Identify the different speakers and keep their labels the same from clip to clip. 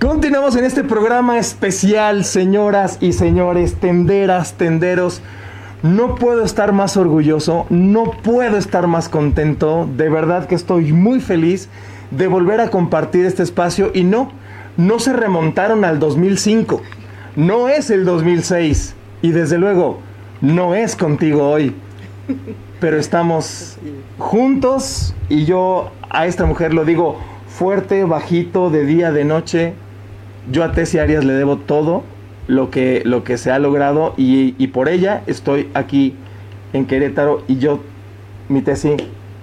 Speaker 1: Continuamos en este programa especial, señoras y señores, tenderas, tenderos. No puedo estar más orgulloso, no puedo estar más contento. De verdad que estoy muy feliz de volver a compartir este espacio y no, no se remontaron al 2005. No es el 2006 y desde luego no es contigo hoy. Pero estamos juntos y yo a esta mujer lo digo fuerte, bajito, de día, de noche. Yo a Tessie Arias le debo todo lo que, lo que se ha logrado y, y por ella estoy aquí en Querétaro y yo, mi Tessie,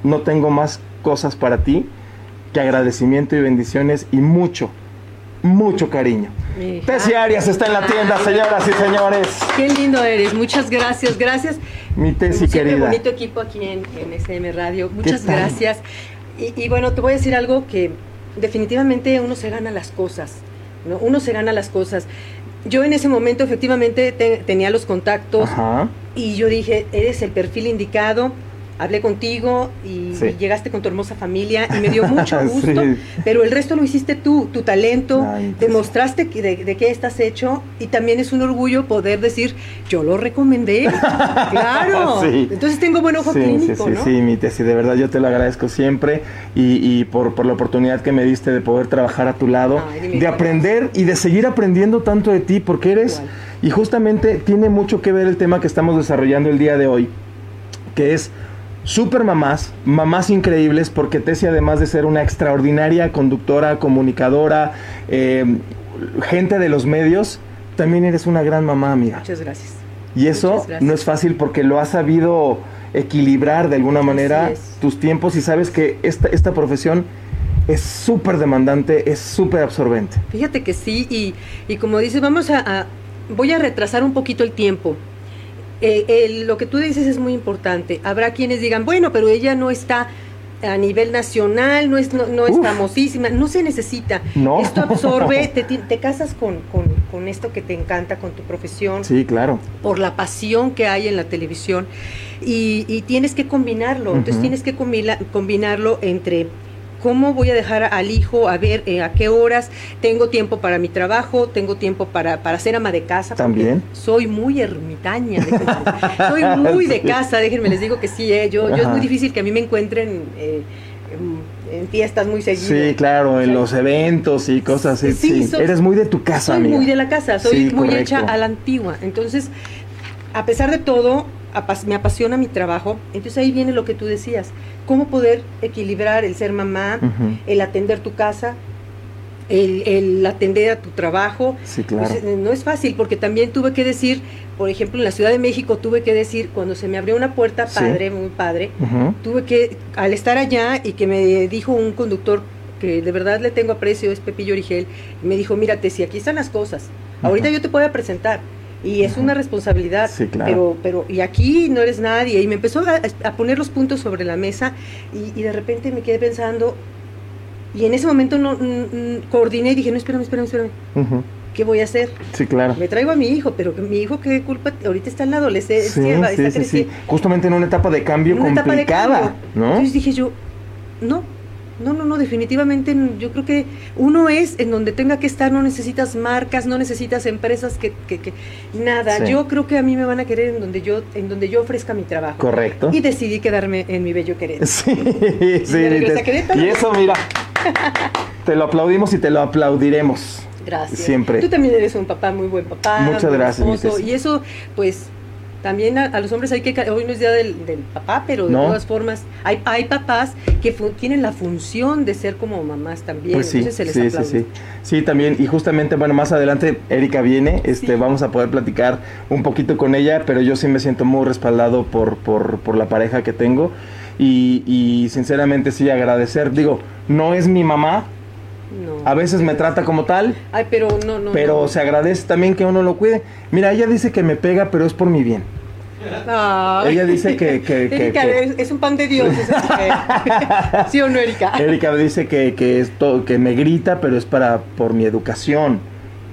Speaker 1: no tengo más cosas para ti que agradecimiento y bendiciones y mucho, mucho cariño.
Speaker 2: Hija.
Speaker 1: Tessie Arias está en la tienda,
Speaker 2: Ay.
Speaker 1: señoras y señores.
Speaker 2: Qué lindo eres, muchas gracias, gracias.
Speaker 1: Mi Tessie
Speaker 2: Siempre
Speaker 1: querida.
Speaker 2: bonito equipo aquí en, en SM Radio, muchas
Speaker 1: tal?
Speaker 2: gracias. Y, y bueno, te voy a decir algo que definitivamente uno se gana las cosas, ¿no? Uno se gana las cosas. Yo en ese momento efectivamente te- tenía los contactos
Speaker 1: Ajá.
Speaker 2: y yo dije, eres el perfil indicado, hablé contigo y,
Speaker 1: Sí.
Speaker 2: y llegaste con tu hermosa familia y me dio mucho
Speaker 1: Sí.
Speaker 2: gusto, pero el resto lo hiciste tú, tu talento,
Speaker 1: Ay, pues.
Speaker 2: demostraste que de, de qué estás hecho y también es un orgullo poder decir, yo lo recomendé, claro,
Speaker 1: Sí.
Speaker 2: entonces tengo buen ojo
Speaker 1: sí,
Speaker 2: clínico,
Speaker 1: sí, sí,
Speaker 2: ¿no?
Speaker 1: sí, mi Tessie, de verdad yo te lo agradezco siempre y, y por, por la oportunidad que me diste de poder trabajar a tu lado,
Speaker 2: Ay, mi
Speaker 1: de
Speaker 2: vida.
Speaker 1: aprender y de seguir aprendiendo tanto de ti, porque eres,
Speaker 2: Igual.
Speaker 1: y justamente tiene mucho que ver el tema que estamos desarrollando el día de hoy, que es super mamás, mamás increíbles, porque Tessie además de ser una extraordinaria conductora, comunicadora, eh, gente de los medios, también eres una gran mamá, amiga.
Speaker 2: Muchas gracias.
Speaker 1: Y eso
Speaker 2: Muchas gracias.
Speaker 1: no es fácil porque lo has sabido equilibrar de alguna manera
Speaker 2: es.
Speaker 1: tus tiempos y sabes que esta, esta profesión es súper demandante, es súper absorbente.
Speaker 2: Fíjate que sí, y, y como dices, vamos a, a- Voy a retrasar un poquito el tiempo. Eh, el- lo que tú dices es muy importante. Habrá quienes digan, bueno, pero ella no está a nivel nacional, no es, no, no es
Speaker 1: Uf.
Speaker 2: famosísima, no se necesita.
Speaker 1: No.
Speaker 2: Esto absorbe, te, ti- te casas con, con, con esto que te encanta, con tu profesión,
Speaker 1: Sí, claro.
Speaker 2: por la pasión que hay en la televisión, y, y tienes que combinarlo. Entonces
Speaker 1: Ujú.
Speaker 2: tienes que combila- combinarlo entre cómo voy a dejar al hijo, a ver eh, a qué horas, tengo tiempo para mi trabajo, tengo tiempo para, para ser ama de casa. porque
Speaker 1: También.
Speaker 2: Soy muy ermitaña, déjenme- soy muy de
Speaker 1: Sí.
Speaker 2: casa, déjenme les digo que sí, eh, yo, yo es
Speaker 1: Ajá.
Speaker 2: muy difícil que a mí me encuentren eh, en, en fiestas muy seguidas.
Speaker 1: Sí, claro, en
Speaker 2: Sí.
Speaker 1: los eventos y cosas así.
Speaker 2: Sí,
Speaker 1: sí.
Speaker 2: soy-
Speaker 1: Eres muy de tu casa,
Speaker 2: soy
Speaker 1: amiga.
Speaker 2: muy de la casa, soy
Speaker 1: Sí,
Speaker 2: muy
Speaker 1: correcto.
Speaker 2: hecha a la antigua. Entonces, a pesar de todo, apas- me apasiona mi trabajo. Entonces ahí viene lo que tú decías, cómo poder equilibrar el ser mamá,
Speaker 1: Ujú.
Speaker 2: el atender tu casa, el, el atender a tu trabajo.
Speaker 1: Sí, claro.
Speaker 2: Pues, eh, no es fácil porque también tuve que decir, por ejemplo, en la Ciudad de México tuve que decir, cuando se me abrió una puerta,
Speaker 1: Sí.
Speaker 2: padre, muy padre,
Speaker 1: Ujú.
Speaker 2: tuve que, al estar allá y que me dijo un conductor que de verdad le tengo aprecio, es Pepillo Origel, y me dijo, mírate, si aquí están las cosas, ahorita
Speaker 1: Ujú.
Speaker 2: yo te puedo presentar. Y es
Speaker 1: Ujú.
Speaker 2: una responsabilidad,
Speaker 1: Sí, claro.
Speaker 2: pero, pero, y aquí no eres nadie. Y me empezó a, a poner los puntos sobre la mesa y, y de repente me quedé pensando, y en ese momento no mm, mm, coordiné y dije, no, espérame, espérame, espérame,
Speaker 1: Ujú.
Speaker 2: ¿qué voy a hacer?
Speaker 1: Sí, claro.
Speaker 2: Me traigo a mi hijo, pero que mi hijo, ¿qué culpa? Ahorita está en la adolescencia,
Speaker 1: Sí,
Speaker 2: va-
Speaker 1: sí,
Speaker 2: está
Speaker 1: sí, sí.
Speaker 2: creciendo
Speaker 1: Justamente en una etapa de cambio
Speaker 2: una etapa de
Speaker 1: complicada,
Speaker 2: cambio.
Speaker 1: ¿no?
Speaker 2: Entonces dije yo, no, no, no, no, definitivamente n- yo creo que uno es en donde tenga que estar, no necesitas marcas, no necesitas empresas que, que- que- nada.
Speaker 1: Sí.
Speaker 2: Yo creo que a mí me van a querer en donde yo, en donde yo ofrezca mi trabajo.
Speaker 1: Correcto.
Speaker 2: Y decidí quedarme en mi bello querer.
Speaker 1: Sí, sí,
Speaker 2: me regresé
Speaker 1: te-
Speaker 2: a Querétaro.
Speaker 1: Y eso, mira, te lo aplaudimos y te lo aplaudiremos.
Speaker 2: Gracias.
Speaker 1: Siempre.
Speaker 2: Tú también eres un papá, muy buen papá.
Speaker 1: Muchas
Speaker 2: muy
Speaker 1: gracias, mi
Speaker 2: esposo,
Speaker 1: Tessy.
Speaker 2: Y eso, pues, también a, a los hombres hay que... ca- Hoy no es día del, del papá, pero de
Speaker 1: No.
Speaker 2: todas formas, hay, hay papás que fu- tienen la función de ser como mamás también.
Speaker 1: Pues sí,
Speaker 2: entonces se les
Speaker 1: sí, sí,
Speaker 2: aplaude.
Speaker 1: sí. Sí, también, y justamente, bueno, más adelante Erika viene, este,
Speaker 2: Sí.
Speaker 1: vamos a poder platicar un poquito con ella, pero yo sí me siento muy respaldado por, por, por la pareja que tengo y, y sinceramente sí agradecer, digo, no es mi mamá,
Speaker 2: No.
Speaker 1: a veces me trata como tal,
Speaker 2: Ay, pero no, no.
Speaker 1: pero
Speaker 2: no.
Speaker 1: se agradece también que uno lo cuide. Mira, ella dice que me pega, pero es por mi bien.
Speaker 2: Ay.
Speaker 1: ella dice que- que- que-
Speaker 2: Erika,
Speaker 1: que-
Speaker 2: Es, es un pan de Dios. esa mujer. ¿Sí o no, Erika?
Speaker 1: Erika dice que, que, es to- que me grita, pero es para por mi educación,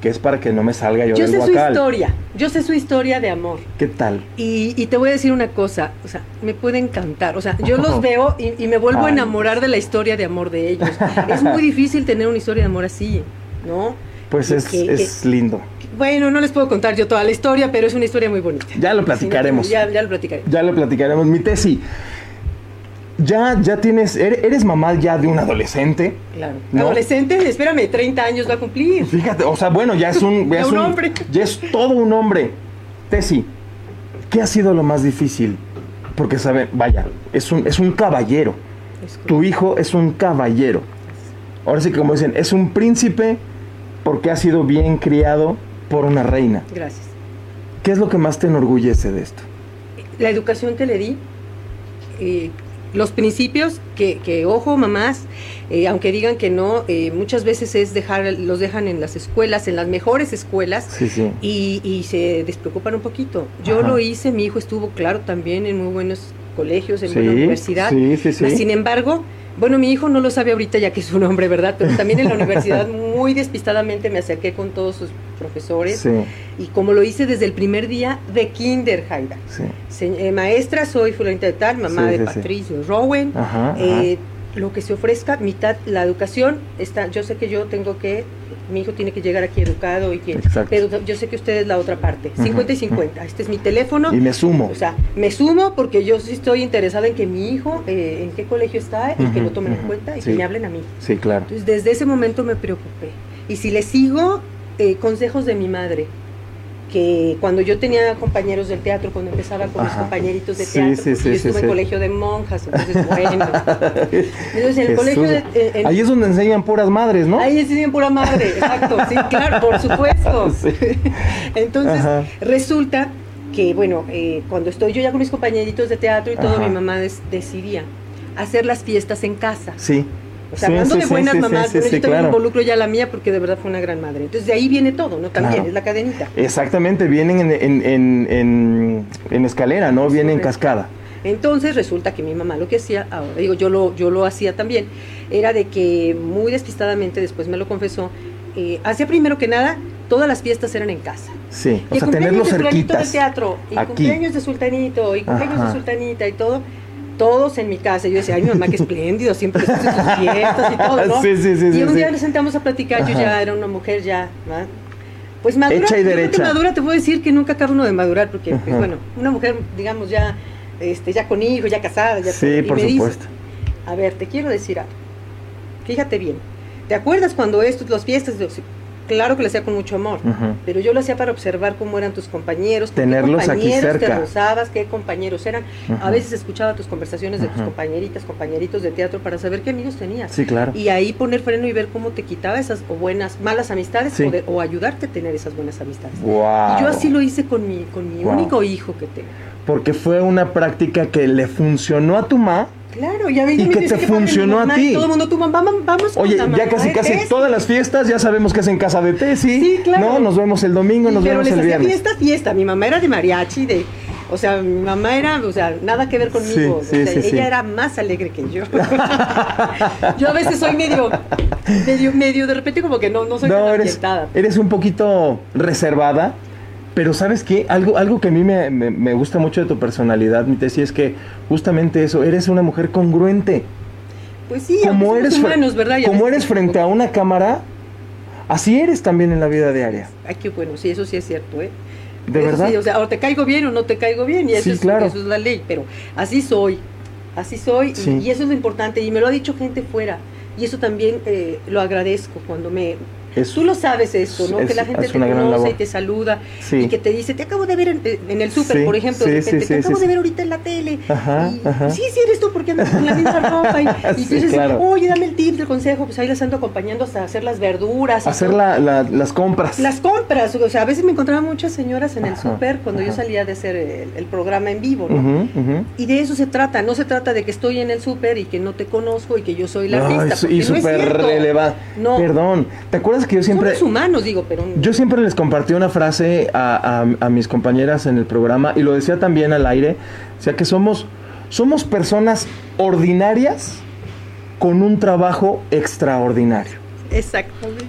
Speaker 1: que es para que no me salga yo,
Speaker 2: Yo
Speaker 1: del
Speaker 2: sé su
Speaker 1: guacal.
Speaker 2: historia. Yo sé su historia de amor.
Speaker 1: ¿Qué tal?
Speaker 2: Y, y te voy a decir una cosa, o sea, me puede encantar, o sea, yo los veo y, y me vuelvo a
Speaker 1: Ay.
Speaker 2: enamorar de la historia de amor de ellos. Es muy difícil tener una historia de amor así, ¿no?
Speaker 1: pues es,
Speaker 2: que-
Speaker 1: es lindo.
Speaker 2: Bueno, no les puedo contar yo toda la historia, pero es una historia muy bonita.
Speaker 1: Ya lo platicaremos.
Speaker 2: Sí, ya, ya lo platicaremos.
Speaker 1: Ya lo platicaremos. Mi Tessy, ya, ya tienes, er- eres mamá ya de un adolescente.
Speaker 2: Claro.
Speaker 1: ¿No?
Speaker 2: Adolescente, espérame, 30 años va a cumplir.
Speaker 1: Fíjate, o sea, bueno, ya es un, ya
Speaker 2: Ya
Speaker 1: es
Speaker 2: un hombre.
Speaker 1: ya es todo un hombre. Tessy, ¿qué ha sido lo más difícil? Porque sabe, vaya, es un, es un caballero.
Speaker 2: Es
Speaker 1: Tu hijo es un caballero. Ahora sí que como dicen, es un príncipe porque ha sido bien criado por una reina.
Speaker 2: Gracias.
Speaker 1: ¿Qué es lo que más te enorgullece de esto?
Speaker 2: La educación que le di, eh, los principios que, que, ojo, mamás, eh, aunque digan que no, eh, muchas veces es dejar, los dejan en las escuelas, en las mejores escuelas,
Speaker 1: Sí, sí.
Speaker 2: y, y se despreocupan un poquito. Yo
Speaker 1: Ajá.
Speaker 2: lo hice, mi hijo estuvo, claro, también en muy buenos colegios, en
Speaker 1: Sí,
Speaker 2: buena universidad.
Speaker 1: sí, sí, sí.
Speaker 2: Sin embargo, bueno, mi hijo no lo sabe ahorita ya que es un hombre, ¿verdad? Pero también en la universidad muy despistadamente me acerqué con todos sus profesores
Speaker 1: Sí,
Speaker 2: y como lo hice desde el primer día de kinder, Jaira.
Speaker 1: sí.
Speaker 2: Se- eh, maestra, soy fulanita de tal, mamá
Speaker 1: Sí, sí,
Speaker 2: de
Speaker 1: sí.
Speaker 2: Patricio Rowen.
Speaker 1: Ajá, ajá.
Speaker 2: Eh, lo que se ofrezca, mitad la educación, está, yo sé que yo tengo que, mi hijo tiene que llegar aquí educado y que,
Speaker 1: Exacto.
Speaker 2: pero yo sé que usted es la otra parte,
Speaker 1: Ujú,
Speaker 2: 50 y
Speaker 1: ujú.
Speaker 2: 50, este es mi teléfono,
Speaker 1: Y me sumo.
Speaker 2: o sea, me sumo porque yo sí estoy interesada en que mi hijo, eh, en qué colegio está, y que
Speaker 1: Ujú,
Speaker 2: lo tomen en
Speaker 1: ujú,
Speaker 2: cuenta y
Speaker 1: sí.
Speaker 2: que me hablen a mí.
Speaker 1: Sí, claro.
Speaker 2: Entonces, desde ese momento me preocupé. Y si le sigo eh, consejos de mi madre, que cuando yo tenía compañeros del teatro, cuando empezaba con mis
Speaker 1: Ajá.
Speaker 2: compañeritos de
Speaker 1: Sí,
Speaker 2: teatro,
Speaker 1: sí,
Speaker 2: porque
Speaker 1: sí,
Speaker 2: yo
Speaker 1: sí,
Speaker 2: estuve en
Speaker 1: sí.
Speaker 2: colegio de monjas, entonces bueno. Entonces, en el
Speaker 1: Jesús.
Speaker 2: colegio de, eh, en-
Speaker 1: Ahí es donde enseñan puras madres, ¿no?
Speaker 2: Ahí es bien pura madre, exacto, sí, claro, por supuesto.
Speaker 1: Sí.
Speaker 2: Entonces,
Speaker 1: Ajá.
Speaker 2: resulta que, bueno, eh, cuando estoy yo ya con mis compañeritos de teatro y todo,
Speaker 1: Ajá.
Speaker 2: mi mamá des- decidía hacer las fiestas en casa.
Speaker 1: Sí.
Speaker 2: O sea,
Speaker 1: Sí,
Speaker 2: hablando
Speaker 1: sí,
Speaker 2: de
Speaker 1: sí,
Speaker 2: buenas
Speaker 1: sí,
Speaker 2: mamás,
Speaker 1: sí,
Speaker 2: bueno,
Speaker 1: sí,
Speaker 2: yo también
Speaker 1: claro.
Speaker 2: involucro ya la mía porque de verdad fue una gran madre. Entonces de ahí viene todo, ¿no? También
Speaker 1: Claro.
Speaker 2: es la cadenita.
Speaker 1: Exactamente, vienen en, en- en- en- en escalera, ¿no? Vienen en cascada.
Speaker 2: Entonces resulta que mi mamá lo que hacía, ahora digo, yo lo, yo lo hacía también, era de que muy despistadamente, después me lo confesó, eh, hacía primero que nada, todas las fiestas eran en casa.
Speaker 1: Sí. O
Speaker 2: el
Speaker 1: sea,
Speaker 2: cumpleaños
Speaker 1: tenerlos
Speaker 2: de fulanito
Speaker 1: cerquitas.
Speaker 2: de teatro, y
Speaker 1: aquí.
Speaker 2: cumpleaños de sultanito, y cumpleaños
Speaker 1: Ajá.
Speaker 2: de sultanita y todo, todos en mi casa. Y Yo decía, ay, mi mamá, qué espléndido, siempre estás en tus fiestas y todo, ¿no?
Speaker 1: Sí, sí, sí,
Speaker 2: Y
Speaker 1: sí,
Speaker 2: un
Speaker 1: sí.
Speaker 2: día nos sentamos a platicar, yo
Speaker 1: Ajá.
Speaker 2: ya era una mujer ya, ¿va? Pues madura,
Speaker 1: Hecha y
Speaker 2: yo creo que
Speaker 1: derecha.
Speaker 2: madura, te puedo decir que nunca acaba uno de madurar, porque, pues,
Speaker 1: Ajá.
Speaker 2: bueno, una mujer, digamos, ya, este, ya con hijos, ya casada, ya todo.
Speaker 1: Sí,
Speaker 2: Y
Speaker 1: por
Speaker 2: me dice,
Speaker 1: supuesto.
Speaker 2: a ver, te quiero decir algo. Fíjate bien. ¿Te acuerdas cuando estos, las fiestas? Yo, sí, Claro que lo hacía con mucho amor,
Speaker 1: Ujú.
Speaker 2: pero yo lo hacía para observar cómo eran tus compañeros, con
Speaker 1: Tenerlos
Speaker 2: qué
Speaker 1: aquí
Speaker 2: compañeros te
Speaker 1: cerca.
Speaker 2: rozabas, qué compañeros eran.
Speaker 1: Ujú.
Speaker 2: A veces escuchaba tus conversaciones de tus
Speaker 1: Ujú.
Speaker 2: compañeritas, compañeritos de teatro para saber qué amigos tenías.
Speaker 1: Sí, claro.
Speaker 2: Y ahí poner freno y ver cómo te quitaba esas o buenas, malas amistades
Speaker 1: Sí.
Speaker 2: o, de- o ayudarte a tener esas buenas amistades.
Speaker 1: Wow.
Speaker 2: Y yo así lo hice con mi, con mi
Speaker 1: Wow.
Speaker 2: único hijo que tengo.
Speaker 1: Porque fue una práctica que le funcionó a tu mamá.
Speaker 2: Claro, ya ven
Speaker 1: Y
Speaker 2: me
Speaker 1: que
Speaker 2: dice,
Speaker 1: te
Speaker 2: "Qué padre, mi
Speaker 1: funcionó a
Speaker 2: mamá",
Speaker 1: ti.
Speaker 2: y Todo el mundo, tu mamá, mam- vamos con
Speaker 1: Oye,
Speaker 2: la
Speaker 1: ya
Speaker 2: mamá
Speaker 1: casi
Speaker 2: de
Speaker 1: casi
Speaker 2: Tessy.
Speaker 1: todas las fiestas ya sabemos que es en casa de Tessy.
Speaker 2: Sí, claro.
Speaker 1: No, nos vemos el domingo, nos
Speaker 2: pero
Speaker 1: vemos
Speaker 2: les
Speaker 1: el
Speaker 2: hacía
Speaker 1: viernes.
Speaker 2: fiesta, fiesta. Mi mamá era de mariachi, de, o sea, mi mamá era, o sea, nada que ver conmigo.
Speaker 1: Sí, sí,
Speaker 2: o sea,
Speaker 1: sí,
Speaker 2: ella
Speaker 1: sí.
Speaker 2: era más alegre que yo. yo a veces soy medio, medio, medio, de repente como que no, no soy tan
Speaker 1: No, eres,
Speaker 2: ambientada.
Speaker 1: eres un poquito reservada, pero ¿sabes qué? Algo, algo que a mí me, me- me gusta mucho de tu personalidad, mi tesis, es que justamente eso, eres una mujer congruente.
Speaker 2: Pues sí,
Speaker 1: como
Speaker 2: aunque somos
Speaker 1: eres, fre-
Speaker 2: humanos, ¿verdad? Y a
Speaker 1: como
Speaker 2: veces
Speaker 1: eres
Speaker 2: como-
Speaker 1: frente a una cámara, así eres también en la vida diaria.
Speaker 2: Ay, qué bueno, sí, eso sí es cierto, ¿eh?
Speaker 1: ¿De
Speaker 2: Eso
Speaker 1: verdad?
Speaker 2: Sí, o sea, o te caigo bien o no te caigo bien, y eso,
Speaker 1: Sí,
Speaker 2: es,
Speaker 1: claro.
Speaker 2: eso es la ley, pero así soy, así soy, y-
Speaker 1: Sí.
Speaker 2: y, eso es lo importante, y me lo ha dicho gente fuera, y eso también eh, lo agradezco cuando me...
Speaker 1: Es-
Speaker 2: Tú lo sabes esto, ¿no?
Speaker 1: es-
Speaker 2: que la gente
Speaker 1: es
Speaker 2: te
Speaker 1: una gran
Speaker 2: conoce
Speaker 1: labor.
Speaker 2: y te saluda,
Speaker 1: sí.
Speaker 2: y que te dice, te acabo de ver en, en el súper,
Speaker 1: Sí,
Speaker 2: por ejemplo, de
Speaker 1: sí,
Speaker 2: repente,
Speaker 1: sí,
Speaker 2: te
Speaker 1: sí,
Speaker 2: acabo
Speaker 1: sí,
Speaker 2: de
Speaker 1: sí.
Speaker 2: ver ahorita en la tele.
Speaker 1: Ajá,
Speaker 2: y,
Speaker 1: ajá.
Speaker 2: Sí, sí, eres tú porque andas con la misma ropa. Y, y
Speaker 1: Sí,
Speaker 2: tú dices,
Speaker 1: claro.
Speaker 2: oye, dame el tip del consejo, pues ahí las ando acompañando hasta hacer las verduras. y
Speaker 1: Hacer
Speaker 2: todo.
Speaker 1: la- la- las compras.
Speaker 2: Las compras, o sea, a veces me encontraba muchas señoras en el
Speaker 1: Ajá,
Speaker 2: súper cuando yo
Speaker 1: ajá.
Speaker 2: salía de hacer el, el programa en vivo, ¿no?
Speaker 1: Ujú, ujú.
Speaker 2: Y de eso se trata, no se trata de que estoy en el súper y que no te conozco y que yo soy la
Speaker 1: Ay,
Speaker 2: artista,
Speaker 1: su-
Speaker 2: porque
Speaker 1: y
Speaker 2: no es
Speaker 1: súper
Speaker 2: cierto.
Speaker 1: relevante.
Speaker 2: No.
Speaker 1: Perdón, ¿te acuerdas que yo siempre...
Speaker 2: Somos humanos, digo, pero...
Speaker 1: Yo siempre les compartí una frase a, a- a mis compañeras en el programa y lo decía también al aire, o sea que somos, somos personas ordinarias con un trabajo extraordinario.
Speaker 2: Exactamente.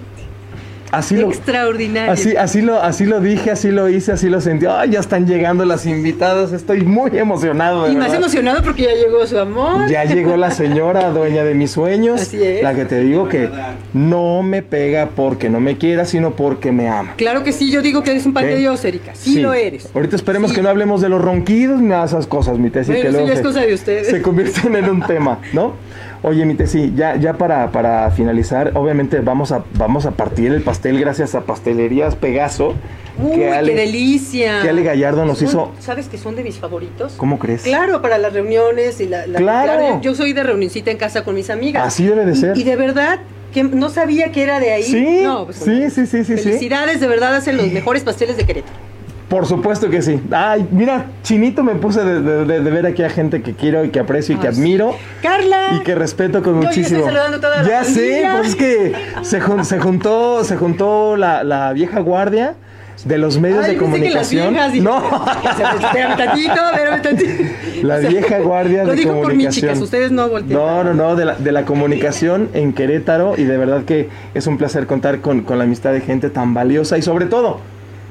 Speaker 1: Así lo,
Speaker 2: Extraordinario.
Speaker 1: así, así, lo, así lo dije, así lo hice, así lo sentí. Ay, ya están llegando las invitadas. Estoy muy emocionado. de
Speaker 2: y más
Speaker 1: ah, verdad.
Speaker 2: emocionado porque ya llegó su amor.
Speaker 1: Ya llegó la señora dueña de mis sueños.
Speaker 2: Así es.
Speaker 1: La que te digo que no me pega porque no me quiera, sino porque me ama.
Speaker 2: Claro que sí, yo digo que eres un pan
Speaker 1: ¿Eh?
Speaker 2: de Dios, Erika. Sí, lo eres.
Speaker 1: Ahorita esperemos
Speaker 2: Sí.
Speaker 1: que no hablemos de los ronquidos ni nada de esas cosas, mi Tessy.
Speaker 2: Bueno,
Speaker 1: que
Speaker 2: eso
Speaker 1: luego
Speaker 2: ya es
Speaker 1: se-
Speaker 2: cosa de ustedes.
Speaker 1: Se convierten en un tema, ¿no? Oye, mi Tessy, ya, ya para, para finalizar, obviamente vamos a, vamos a partir el pastel gracias a Pastelerías Pegaso.
Speaker 2: Uy, qué, delicia.
Speaker 1: que Ale Gallardo nos
Speaker 2: Son-
Speaker 1: hizo-
Speaker 2: ¿Sabes que son de mis favoritos?
Speaker 1: ¿Cómo crees?
Speaker 2: Claro, para las reuniones y la, la-
Speaker 1: Claro.
Speaker 2: Yo soy de reunioncita en casa con mis amigas.
Speaker 1: Así debe de
Speaker 2: Y-
Speaker 1: ser.
Speaker 2: Y, de verdad que no sabía que era de ahí.
Speaker 1: Sí,
Speaker 2: No, pues,
Speaker 1: sí, sí, sí, sí, sí.
Speaker 2: Felicidades, de verdad hacen los mejores pasteles de Querétaro.
Speaker 1: Por supuesto que sí. Ay, mira, chinito me puse de, de- de- de ver aquí a gente que quiero y que aprecio y que
Speaker 2: Ay, sí.
Speaker 1: admiro.
Speaker 2: Carla.
Speaker 1: Y que respeto con
Speaker 2: Yo ya estoy
Speaker 1: muchísimo.
Speaker 2: saludando toda la
Speaker 1: Ya sé,
Speaker 2: familia.
Speaker 1: pues es que se, jun- se juntó, se juntó la, la vieja guardia de los medios
Speaker 2: Ay,
Speaker 1: de
Speaker 2: yo pensé que las
Speaker 1: comunicación.
Speaker 2: viejas, dije,
Speaker 1: no,
Speaker 2: o sea, Espérame tantito, espérame tantito.
Speaker 1: la
Speaker 2: O sea,
Speaker 1: vieja guardia
Speaker 2: Lo
Speaker 1: de
Speaker 2: digo por mis
Speaker 1: comunicación.
Speaker 2: chicas, ustedes no voltean.
Speaker 1: No, no, no, de la, de la comunicación en Querétaro y de verdad que es un placer contar con, con la amistad de gente tan valiosa y sobre todo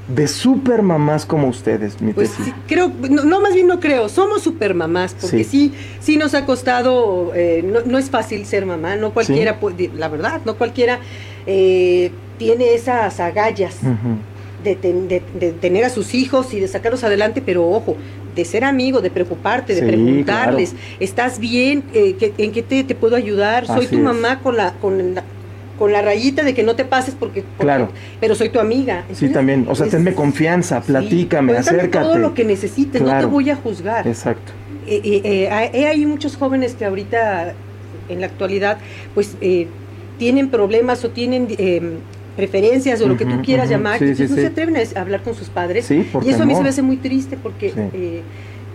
Speaker 1: de super mamás como ustedes, mi
Speaker 2: Pues
Speaker 1: Tessy.
Speaker 2: sí, creo, no, no, más bien no creo, somos super mamás, porque
Speaker 1: Sí.
Speaker 2: sí, sí, nos ha costado, eh, no, no es fácil ser mamá, no cualquiera, puede- la verdad, no cualquiera eh, tiene esas agallas
Speaker 1: Ujú.
Speaker 2: de, ten- de- de tener a sus hijos y de sacarlos adelante, pero ojo, de ser amigo, de preocuparte, de
Speaker 1: Sí,
Speaker 2: preguntarles, ¿estás bien? Eh, ¿qué- ¿En qué te, te puedo ayudar? Soy
Speaker 1: Así
Speaker 2: tu
Speaker 1: es.
Speaker 2: mamá con la... Con la con la rayita de que no te pases porque, porque-
Speaker 1: Claro.
Speaker 2: pero soy tu amiga
Speaker 1: Sí,
Speaker 2: Entonces,
Speaker 1: también. O sea,
Speaker 2: es-
Speaker 1: tenme confianza,
Speaker 2: Sí,
Speaker 1: platícame,
Speaker 2: cuéntame
Speaker 1: acércate.
Speaker 2: todo lo que necesites, no te
Speaker 1: Claro.
Speaker 2: voy a juzgar.
Speaker 1: Exacto.
Speaker 2: Eh, eh, eh, hay- eh, hay muchos jóvenes que ahorita, en la actualidad, pues eh, tienen problemas o tienen eh, preferencias o lo que
Speaker 1: Ujú,
Speaker 2: tú quieras
Speaker 1: ujú,
Speaker 2: llamar,
Speaker 1: sí,
Speaker 2: entonces
Speaker 1: sí,
Speaker 2: no
Speaker 1: sí.
Speaker 2: se atreven a es- a hablar con sus padres.
Speaker 1: Sí, por
Speaker 2: y eso a mí se
Speaker 1: temor.
Speaker 2: me hace muy triste porque...
Speaker 1: Sí.
Speaker 2: eh,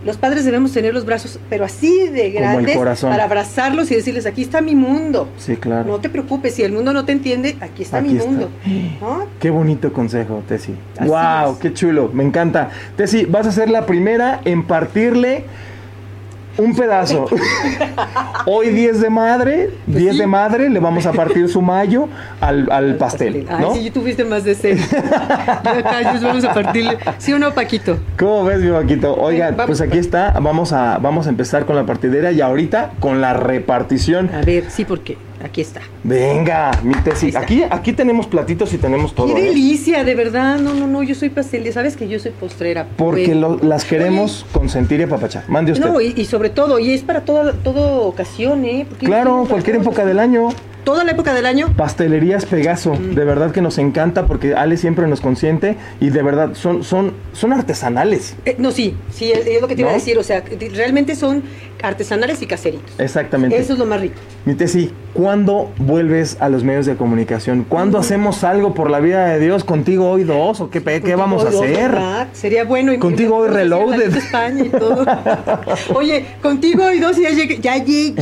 Speaker 2: los padres debemos tener los brazos, pero así de
Speaker 1: Como el
Speaker 2: grandes,
Speaker 1: corazón.
Speaker 2: para abrazarlos y decirles, aquí está mi mundo.
Speaker 1: Sí, claro.
Speaker 2: No te preocupes, si el mundo no te entiende, aquí está
Speaker 1: Aquí
Speaker 2: mi
Speaker 1: está.
Speaker 2: mundo. ¿No?
Speaker 1: Qué bonito consejo, Tessy.
Speaker 2: Así
Speaker 1: wow,
Speaker 2: es.
Speaker 1: qué chulo, me encanta. Tessy, vas a ser la primera en partirle un pedazo. Hoy 10 de madre, 10
Speaker 2: Pues sí.
Speaker 1: de madre, le vamos a partir su mayo al, al pastel,
Speaker 2: Ay,
Speaker 1: ¿no?
Speaker 2: sí, tuviste más de seis. Yo acá, ellos vamos a partirle. ¿Sí o no, Paquito?
Speaker 1: ¿Cómo ves, mi vaquito? Oiga,
Speaker 2: Vamos.
Speaker 1: pues aquí está, vamos a, vamos a empezar con la partidera y ahorita con la repartición.
Speaker 2: A ver, sí, porque aquí está.
Speaker 1: Venga, mi Tessy,
Speaker 2: está.
Speaker 1: aquí, aquí tenemos platitos y tenemos todo.
Speaker 2: Qué
Speaker 1: ¿eh?
Speaker 2: delicia, de verdad. No, no, no, yo soy pastel. Sabes que yo soy postrera.
Speaker 1: Porque
Speaker 2: Pues,
Speaker 1: lo- las queremos consentir y apapachar. Mande usted.
Speaker 2: No, y, y sobre todo, y es para toda, toda ocasión, ¿eh? Porque yo
Speaker 1: Claro,
Speaker 2: tengo
Speaker 1: cualquier
Speaker 2: para
Speaker 1: época
Speaker 2: todos.
Speaker 1: del año.
Speaker 2: Toda la época del año.
Speaker 1: Pastelerías Pegaso,
Speaker 2: Mm.
Speaker 1: de verdad que nos encanta porque Ale siempre nos consiente y de verdad son, son, son artesanales.
Speaker 2: Eh, no, sí, sí, es, es lo que te iba a
Speaker 1: ¿No?
Speaker 2: decir. O sea, que realmente son artesanales y caseritos.
Speaker 1: Exactamente.
Speaker 2: Eso es lo más rico.
Speaker 1: Mi Tessy, ¿cuándo vuelves a los medios de comunicación? ¿Cuándo hacemos algo por la vida de Dios contigo hoy dos? ¿O qué, pe- qué
Speaker 2: Contigo
Speaker 1: vamos a
Speaker 2: hoy dos,
Speaker 1: hacer?
Speaker 2: ¿verdad? Sería bueno. y-
Speaker 1: Contigo hoy
Speaker 2: y-
Speaker 1: reloaded.
Speaker 2: y- España y todo. Oye, contigo hoy dos y ya llegué. Ya llegué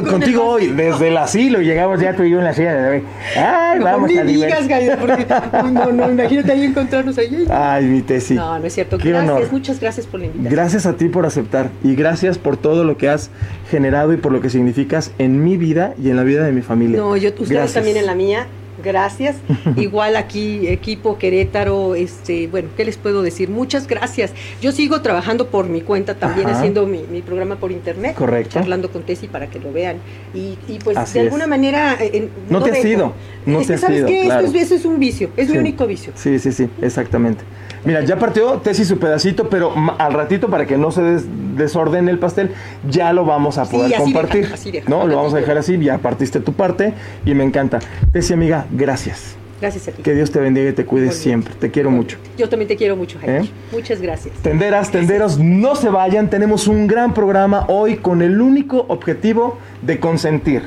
Speaker 2: con
Speaker 1: Contigo
Speaker 2: el-
Speaker 1: hoy, desde el asilo, llegamos ya tú y yo en la silla de bebé. Ay,
Speaker 2: Mejor
Speaker 1: vamos
Speaker 2: ni
Speaker 1: a
Speaker 2: digas,
Speaker 1: divertir.
Speaker 2: Gallo, porque uy, no, no, imagínate ahí encontrarnos ahí.
Speaker 1: Ay, mi Tessy.
Speaker 2: No, no es cierto.
Speaker 1: Qué
Speaker 2: gracias,
Speaker 1: honor.
Speaker 2: muchas gracias por la invitación.
Speaker 1: Gracias a ti por aceptar y gracias por todo lo que has generado y por lo que significas en mi vida y en la vida de mi familia.
Speaker 2: No, yo, ustedes
Speaker 1: Gracias.
Speaker 2: también en la mía. Gracias. Igual aquí, equipo Querétaro, este, bueno, ¿qué les puedo decir? Muchas gracias. Yo sigo trabajando por mi cuenta también,
Speaker 1: Ajá.
Speaker 2: haciendo mi, mi programa por internet.
Speaker 1: Correcto.
Speaker 2: Charlando con Tessy para que lo vean. Y, y pues
Speaker 1: Así
Speaker 2: de
Speaker 1: es.
Speaker 2: alguna manera. eh, eh,
Speaker 1: No te has
Speaker 2: dejo.
Speaker 1: ido, no
Speaker 2: Es
Speaker 1: te
Speaker 2: que,
Speaker 1: has
Speaker 2: ¿sabes
Speaker 1: ido,
Speaker 2: qué? Esto
Speaker 1: claro.
Speaker 2: es, eso es un vicio, es mi
Speaker 1: Sí.
Speaker 2: único vicio.
Speaker 1: Sí, sí, sí, exactamente. Mira, ya partió Tesis su pedacito, pero ma- al ratito para que no se des- desordene el pastel, ya lo vamos a
Speaker 2: Sí,
Speaker 1: poder
Speaker 2: así
Speaker 1: compartir.
Speaker 2: deja, así deja.
Speaker 1: no,
Speaker 2: Al
Speaker 1: lo vamos a
Speaker 2: ratito.
Speaker 1: dejar así, ya partiste tu parte y me encanta. Tesis amiga, gracias.
Speaker 2: Gracias a ti.
Speaker 1: Que Dios te bendiga y te cuide
Speaker 2: Igualmente.
Speaker 1: siempre. Te quiero mucho.
Speaker 2: Yo también te quiero mucho, Jaime.
Speaker 1: ¿Eh?
Speaker 2: Muchas gracias.
Speaker 1: Tenderas, tenderos, no se vayan. Tenemos un gran programa hoy con el único objetivo de consentir,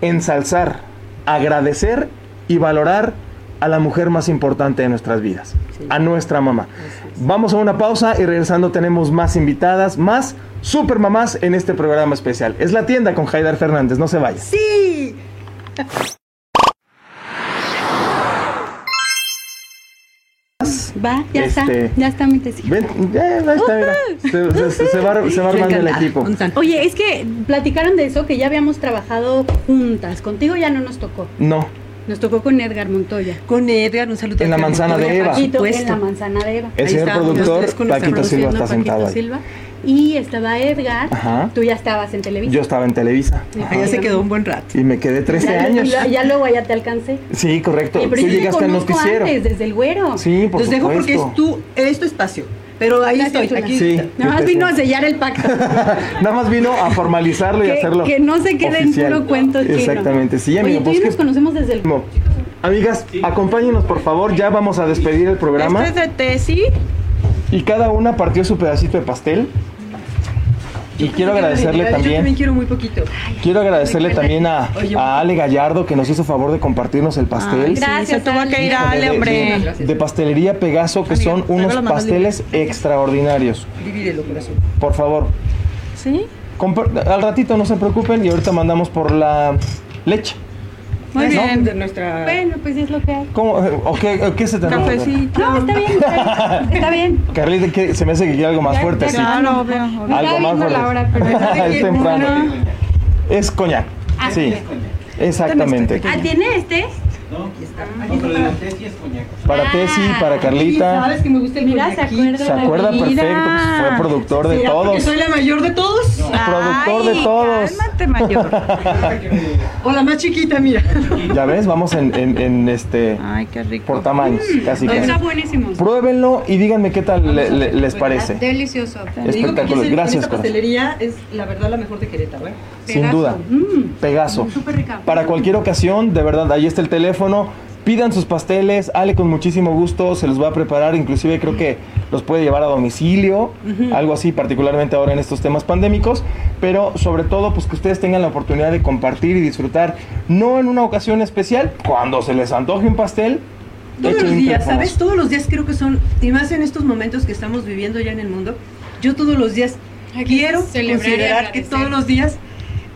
Speaker 1: ensalzar, agradecer y valorar a la mujer más importante de nuestras vidas,
Speaker 2: Sí.
Speaker 1: a nuestra mamá.
Speaker 2: Así
Speaker 1: Vamos a una pausa y regresando tenemos más invitadas, más super mamás en este programa especial. Es la tienda con Haidar Fernández, no se vayan.
Speaker 2: Sí.
Speaker 3: Va, ya
Speaker 1: Este-
Speaker 3: está, ya está mi testigo.
Speaker 1: Ven, eh, ahí está, mira. Se, se- se va, se va armando el
Speaker 2: Encantada.
Speaker 1: equipo.
Speaker 2: Un santo.
Speaker 3: Oye, es que platicaron de eso que ya habíamos trabajado juntas. Contigo ya no nos tocó.
Speaker 1: No,
Speaker 3: Nos tocó con Edgar Montoya.
Speaker 2: Con Edgar, un saludo.
Speaker 1: En la manzana de Eva.
Speaker 3: Paquito,
Speaker 2: Por
Speaker 3: en la
Speaker 2: supuesto.
Speaker 3: manzana de Eva.
Speaker 1: El
Speaker 2: Ahí
Speaker 1: señor
Speaker 2: estamos,
Speaker 1: productor,
Speaker 2: ustedes con nuestra
Speaker 1: Paquito Silva,
Speaker 3: Produciendo
Speaker 1: está sentado
Speaker 3: Paquito
Speaker 1: ahí.
Speaker 3: Silva. Y estaba Edgar.
Speaker 1: Ajá.
Speaker 3: Tú ya estabas en Televisa.
Speaker 1: Yo estaba en Televisa.
Speaker 3: Ajá.
Speaker 2: Allá se quedó un buen rato.
Speaker 1: Y me quedé 13
Speaker 3: Ya-
Speaker 1: años.
Speaker 3: y lo- ya luego ya te alcancé.
Speaker 1: Sí, correcto.
Speaker 3: Eh,
Speaker 1: Tú
Speaker 3: pero yo te
Speaker 1: llegaste al
Speaker 3: conozco
Speaker 1: noticiero.
Speaker 3: antes, desde el güero.
Speaker 1: Sí, por
Speaker 2: Los dejo porque
Speaker 1: supuesto.
Speaker 2: es tu, es tu espacio. Pero ahí
Speaker 3: Gracias,
Speaker 2: estoy,
Speaker 3: Tula.
Speaker 2: aquí.
Speaker 1: Sí.
Speaker 3: Nada
Speaker 1: Yo
Speaker 3: más
Speaker 1: te
Speaker 3: vino a
Speaker 1: sé.
Speaker 3: sellar el pacto.
Speaker 1: Nada más vino a formalizarlo y
Speaker 3: Que-
Speaker 1: hacerlo.
Speaker 3: que no se quede en
Speaker 1: oficial.
Speaker 3: puro cuento chino.
Speaker 1: Exactamente, sí,
Speaker 3: Oye,
Speaker 1: amigo.
Speaker 3: tú
Speaker 1: pues,
Speaker 3: y yo
Speaker 1: ¿qué-
Speaker 3: nos conocemos desde el
Speaker 1: No. Amigas, acompáñenos por favor, ya vamos a despedir el programa.
Speaker 2: Este es de Tessy.
Speaker 1: Y cada una partió su pedacito de pastel. Y quiero agradecerle
Speaker 2: Yo también
Speaker 1: también,
Speaker 2: quiero muy poquito.
Speaker 1: quiero agradecerle también a,
Speaker 2: Oye,
Speaker 1: a Ale Gallardo que nos hizo favor de compartirnos el pastel.
Speaker 3: Gracias,
Speaker 4: Se tuvo
Speaker 3: Ale.
Speaker 4: que ir
Speaker 1: Híjole,
Speaker 4: a Ale,
Speaker 1: de-
Speaker 4: hombre.
Speaker 1: de- De, pastelería Pegaso, que son
Speaker 4: traigo
Speaker 1: unos
Speaker 4: las manos
Speaker 1: pasteles extraordinarios.
Speaker 2: Divídelo, corazón.
Speaker 1: Por favor,
Speaker 4: Sí.
Speaker 1: compar- al ratito no se preocupen y ahorita mandamos por la leche.
Speaker 4: Muy
Speaker 2: ¿No?
Speaker 4: bien.
Speaker 2: De nuestra...
Speaker 3: Bueno, pues es lo que hay.
Speaker 1: ¿Cómo? ¿O qué, o qué se te antoja?
Speaker 4: Cafecito.
Speaker 3: No, está bien, está bien. Está bien.
Speaker 1: Carlita, ¿qué? se me hace que quiere algo más
Speaker 3: Ya-
Speaker 1: fuerte.
Speaker 3: ya
Speaker 1: sí.
Speaker 4: Claro, obvio, obvio.
Speaker 3: Me
Speaker 1: Algo
Speaker 3: estaba
Speaker 1: más
Speaker 3: viendo
Speaker 1: fuerte.
Speaker 3: la hora, pero está
Speaker 1: es
Speaker 3: bien.
Speaker 1: temprano.
Speaker 3: Bueno.
Speaker 1: Es coñac.
Speaker 3: Ah,
Speaker 1: Sí.
Speaker 3: es
Speaker 1: Exactamente.
Speaker 3: Ah, ¿tiene este?
Speaker 1: Para Tessy, para Carlita.
Speaker 2: Sabes que me gusta el
Speaker 3: Mira, se
Speaker 2: coñaquito.
Speaker 3: acuerda.
Speaker 1: Se acuerda
Speaker 4: Mira.
Speaker 1: perfecto. pues, fue productor de
Speaker 2: ¿Será porque
Speaker 1: todos.
Speaker 2: soy la mayor de todos?
Speaker 1: Productor de
Speaker 4: Ay,
Speaker 1: todos.
Speaker 4: Cálmate, mayor.
Speaker 2: O la más chiquita, mira.
Speaker 1: Ya ves, vamos en, en- en este.
Speaker 4: Ay, qué rico.
Speaker 1: Por tamaños, casi
Speaker 3: Mm. Está
Speaker 1: casi.
Speaker 3: buenísimo.
Speaker 1: Pruébenlo y díganme qué tal le- le- les parece.
Speaker 3: Delicioso.
Speaker 2: Te digo que aquí
Speaker 1: Espectacular.
Speaker 2: en
Speaker 1: Gracias,
Speaker 2: esta
Speaker 1: corazón.
Speaker 2: pastelería es la verdad la mejor de Querétaro, ¿eh?
Speaker 1: Sin duda.
Speaker 3: Mm,
Speaker 1: Pegaso.
Speaker 3: súper rica.
Speaker 1: Para cualquier ocasión, de verdad, ahí está el teléfono. Pidan sus pasteles, Ale con muchísimo gusto se los va a preparar, inclusive creo que los puede llevar a domicilio, algo así, particularmente ahora en estos temas pandémicos, pero sobre todo pues que ustedes tengan la oportunidad de compartir y disfrutar, no en una ocasión especial, cuando se les antoje un pastel.
Speaker 2: Todos
Speaker 1: échenle
Speaker 2: los
Speaker 1: un
Speaker 2: días,
Speaker 1: telefonazo.
Speaker 2: ¿sabes? Todos los días creo que son, y más en estos momentos que estamos viviendo ya en el mundo, yo todos los días
Speaker 3: Hay que
Speaker 2: quiero
Speaker 3: celebrar y
Speaker 2: considerar que
Speaker 3: agradecer.
Speaker 2: todos los días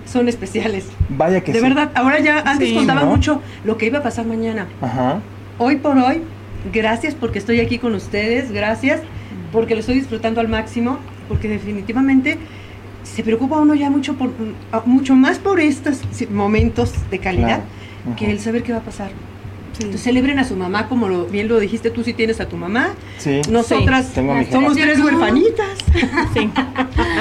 Speaker 2: son especiales.
Speaker 1: Vaya que
Speaker 2: de
Speaker 1: sí.
Speaker 2: verdad, ahora ya antes
Speaker 4: Sí,
Speaker 2: contaba
Speaker 1: ¿no?
Speaker 2: mucho lo que iba a pasar mañana.
Speaker 1: Ajá.
Speaker 2: Hoy por hoy, gracias porque estoy aquí con ustedes, gracias porque lo estoy disfrutando al máximo, porque definitivamente se preocupa uno ya mucho por mucho más por estos momentos de calidad
Speaker 1: claro. Ajá.
Speaker 2: que el saber qué va a pasar. Entonces, celebren a su mamá, como lo- bien lo dijiste, tú sí tienes a tu mamá.
Speaker 1: Sí.
Speaker 2: Nosotras
Speaker 1: Tengo a mi
Speaker 2: somos
Speaker 3: jefa.
Speaker 2: tres huerfanitas.
Speaker 4: Sí.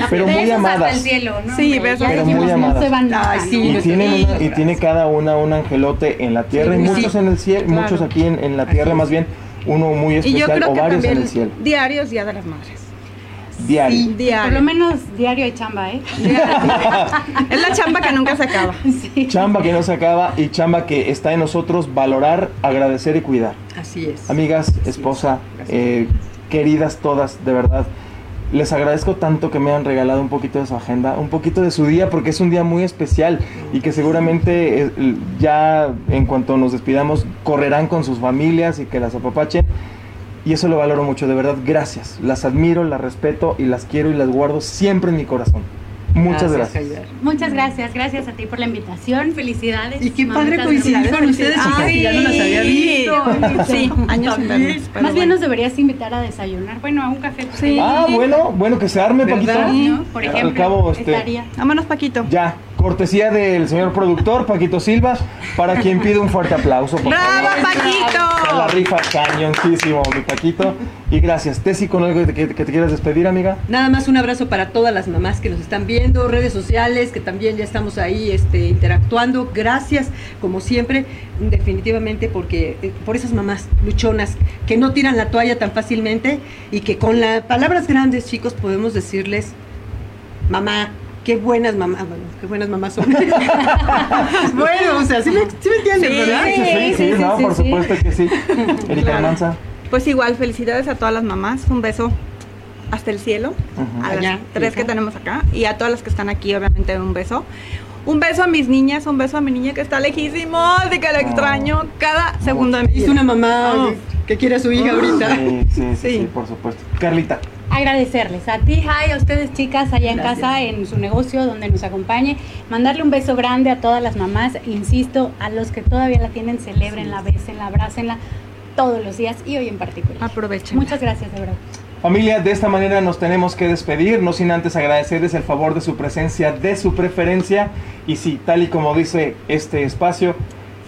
Speaker 1: Pero muy
Speaker 3: Besos hasta
Speaker 1: amadas.
Speaker 3: el cielo, ¿no?
Speaker 4: Sí,
Speaker 3: Hombre,
Speaker 4: besos.
Speaker 3: ya
Speaker 1: Pero
Speaker 3: dijimos,
Speaker 1: muy
Speaker 3: No se
Speaker 1: amadas.
Speaker 3: van
Speaker 2: Ay,
Speaker 3: nunca,
Speaker 2: sí,
Speaker 3: ¿no?
Speaker 1: Y tiene,
Speaker 2: Sí,
Speaker 1: una- y tiene cada una un angelote en la tierra y
Speaker 2: Sí,
Speaker 1: muchos
Speaker 2: sí.
Speaker 1: en el cielo,
Speaker 4: Claro.
Speaker 1: muchos aquí en, en la tierra,
Speaker 2: Así
Speaker 1: más bien uno muy
Speaker 4: Y yo
Speaker 1: especial
Speaker 4: creo
Speaker 1: o
Speaker 4: que
Speaker 1: varios en el cielo.
Speaker 4: también diarios Día de las Madres.
Speaker 1: Diario.
Speaker 3: Por lo
Speaker 4: Diario.
Speaker 3: menos diario hay chamba, ¿eh?
Speaker 4: Es la chamba que nunca se acaba.
Speaker 3: Sí.
Speaker 1: Chamba que no se acaba y chamba que está en nosotros valorar, agradecer y cuidar.
Speaker 2: Así es.
Speaker 1: Amigas, esposa, eh, queridas todas, de verdad. Les agradezco tanto que me han regalado un poquito de su agenda, un poquito de su día, porque es un día muy especial y que seguramente eh, l- ya en cuanto nos despidamos correrán con sus familias y que las apapachen. Y eso lo valoro mucho, de verdad, gracias. Las admiro, las respeto y las quiero y las guardo siempre en mi corazón. Muchas gracias.
Speaker 2: Javier.
Speaker 3: Muchas gracias, gracias a ti por la invitación. Felicidades.
Speaker 2: Y qué
Speaker 3: Mamá,
Speaker 2: padre
Speaker 3: muchas
Speaker 2: coincidir
Speaker 3: gracias.
Speaker 2: con ustedes, chicas, que ya no las había visto.
Speaker 4: Sí, años enfermos. pero
Speaker 3: Más bien
Speaker 4: bueno.
Speaker 3: nos deberías invitar a desayunar. Bueno, a un café. pues,
Speaker 4: Sí.
Speaker 1: Ah, bueno, bueno, que se arme,
Speaker 2: ¿Verdad?
Speaker 1: Paquito.
Speaker 3: ¿no? Por
Speaker 1: Al
Speaker 3: ejemplo,
Speaker 1: cabo, este,
Speaker 3: estaría.
Speaker 4: Vámonos, Paquito.
Speaker 1: Ya, cortesía del señor productor, Paquito Silva, para quien pido un fuerte aplauso, por
Speaker 4: ¡Bravo,
Speaker 1: favor. Se la
Speaker 4: Paquito!
Speaker 1: rifa cañoncísimo, mi Paquito. Y gracias. Tessy, con algo que, que te quieras despedir, amiga.
Speaker 2: Nada más un abrazo para todas las mamás que nos están viendo, redes sociales, que también ya estamos ahí este, interactuando. Gracias, como siempre, definitivamente porque eh, por esas mamás luchonas que no tiran la toalla tan fácilmente y que con las palabras grandes, chicos, podemos decirles, mamá. Qué buenas mamás, bueno, qué buenas mamás son. bueno, o sea, sí me, sí me entienden,
Speaker 4: Sí,
Speaker 2: ¿verdad?
Speaker 4: sí,
Speaker 3: sí,
Speaker 1: no,
Speaker 3: sí,
Speaker 1: por
Speaker 3: sí.
Speaker 1: supuesto que sí. Erika
Speaker 4: Claro.
Speaker 1: Manza.
Speaker 4: Pues igual, felicidades a todas las mamás. Un beso hasta el cielo.
Speaker 1: Ujú.
Speaker 4: A las
Speaker 2: Allá,
Speaker 4: tres
Speaker 2: sí.
Speaker 4: que tenemos acá. Y a todas las que están aquí, obviamente, un beso. Un beso a mis niñas, un beso a mi niña que está lejísimo, de que la extraño cada segundo de mi
Speaker 2: Es
Speaker 4: vida.
Speaker 2: una mamá
Speaker 4: Oh.
Speaker 2: que quiere a su hija ahorita.
Speaker 1: Sí, sí, sí,
Speaker 4: Sí.
Speaker 1: sí, por supuesto. Carlita,
Speaker 3: Agradecerles a ti, Jai, a ustedes chicas allá en
Speaker 2: Gracias.
Speaker 3: casa, en su negocio, donde nos acompañe. Mandarle un beso grande a todas las mamás, insisto, a los que todavía la tienen, celebrenla, bésenla, abrácenla todos los días y hoy en particular.
Speaker 4: Aprovechen.
Speaker 3: Muchas gracias, de verdad.
Speaker 1: Familia, de esta manera nos tenemos que despedir, no sin antes agradecerles el favor de su presencia, de su preferencia. Y sí, tal y como dice este espacio,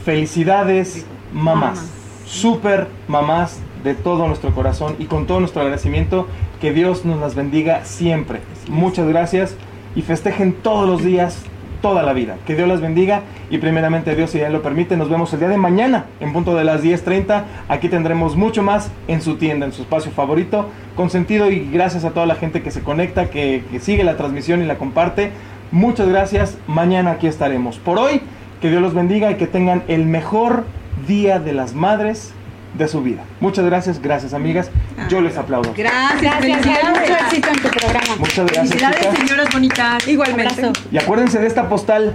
Speaker 1: Felicidades, mamás. Super mamás de todo nuestro corazón y con todo nuestro agradecimiento. Que Dios nos las bendiga siempre. Muchas gracias y festejen todos los días, toda la vida. Que Dios las bendiga y primeramente Dios, si ya lo permite, nos vemos el día de mañana en punto de las 10.30. Aquí tendremos mucho más en su tienda, en su espacio favorito. Con sentido y gracias a toda la gente que se conecta, que, que sigue la transmisión y la comparte. Muchas gracias. Mañana aquí estaremos. Por hoy, que Dios los bendiga y que tengan el mejor día de las madres de su vida. Muchas gracias, gracias amigas. Yo les aplaudo.
Speaker 4: Gracias,
Speaker 3: Gracias, te da mucho
Speaker 4: felicidades.
Speaker 3: éxito en tu programa.
Speaker 1: Muchas gracias.
Speaker 4: Felicidades,
Speaker 1: chicas.
Speaker 4: señoras bonitas. Igualmente.
Speaker 3: Abrazo.
Speaker 1: Y acuérdense de esta postal.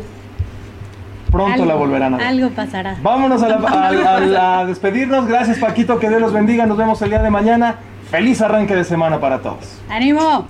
Speaker 1: Pronto
Speaker 3: Algo-
Speaker 1: la volverán a ver.
Speaker 3: Algo pasará.
Speaker 1: Vámonos a, la- a- a la- a despedirnos. Gracias Paquito, que Dios los bendiga. Nos vemos el día de mañana. Feliz arranque de semana para todos.
Speaker 3: ¡Ánimo!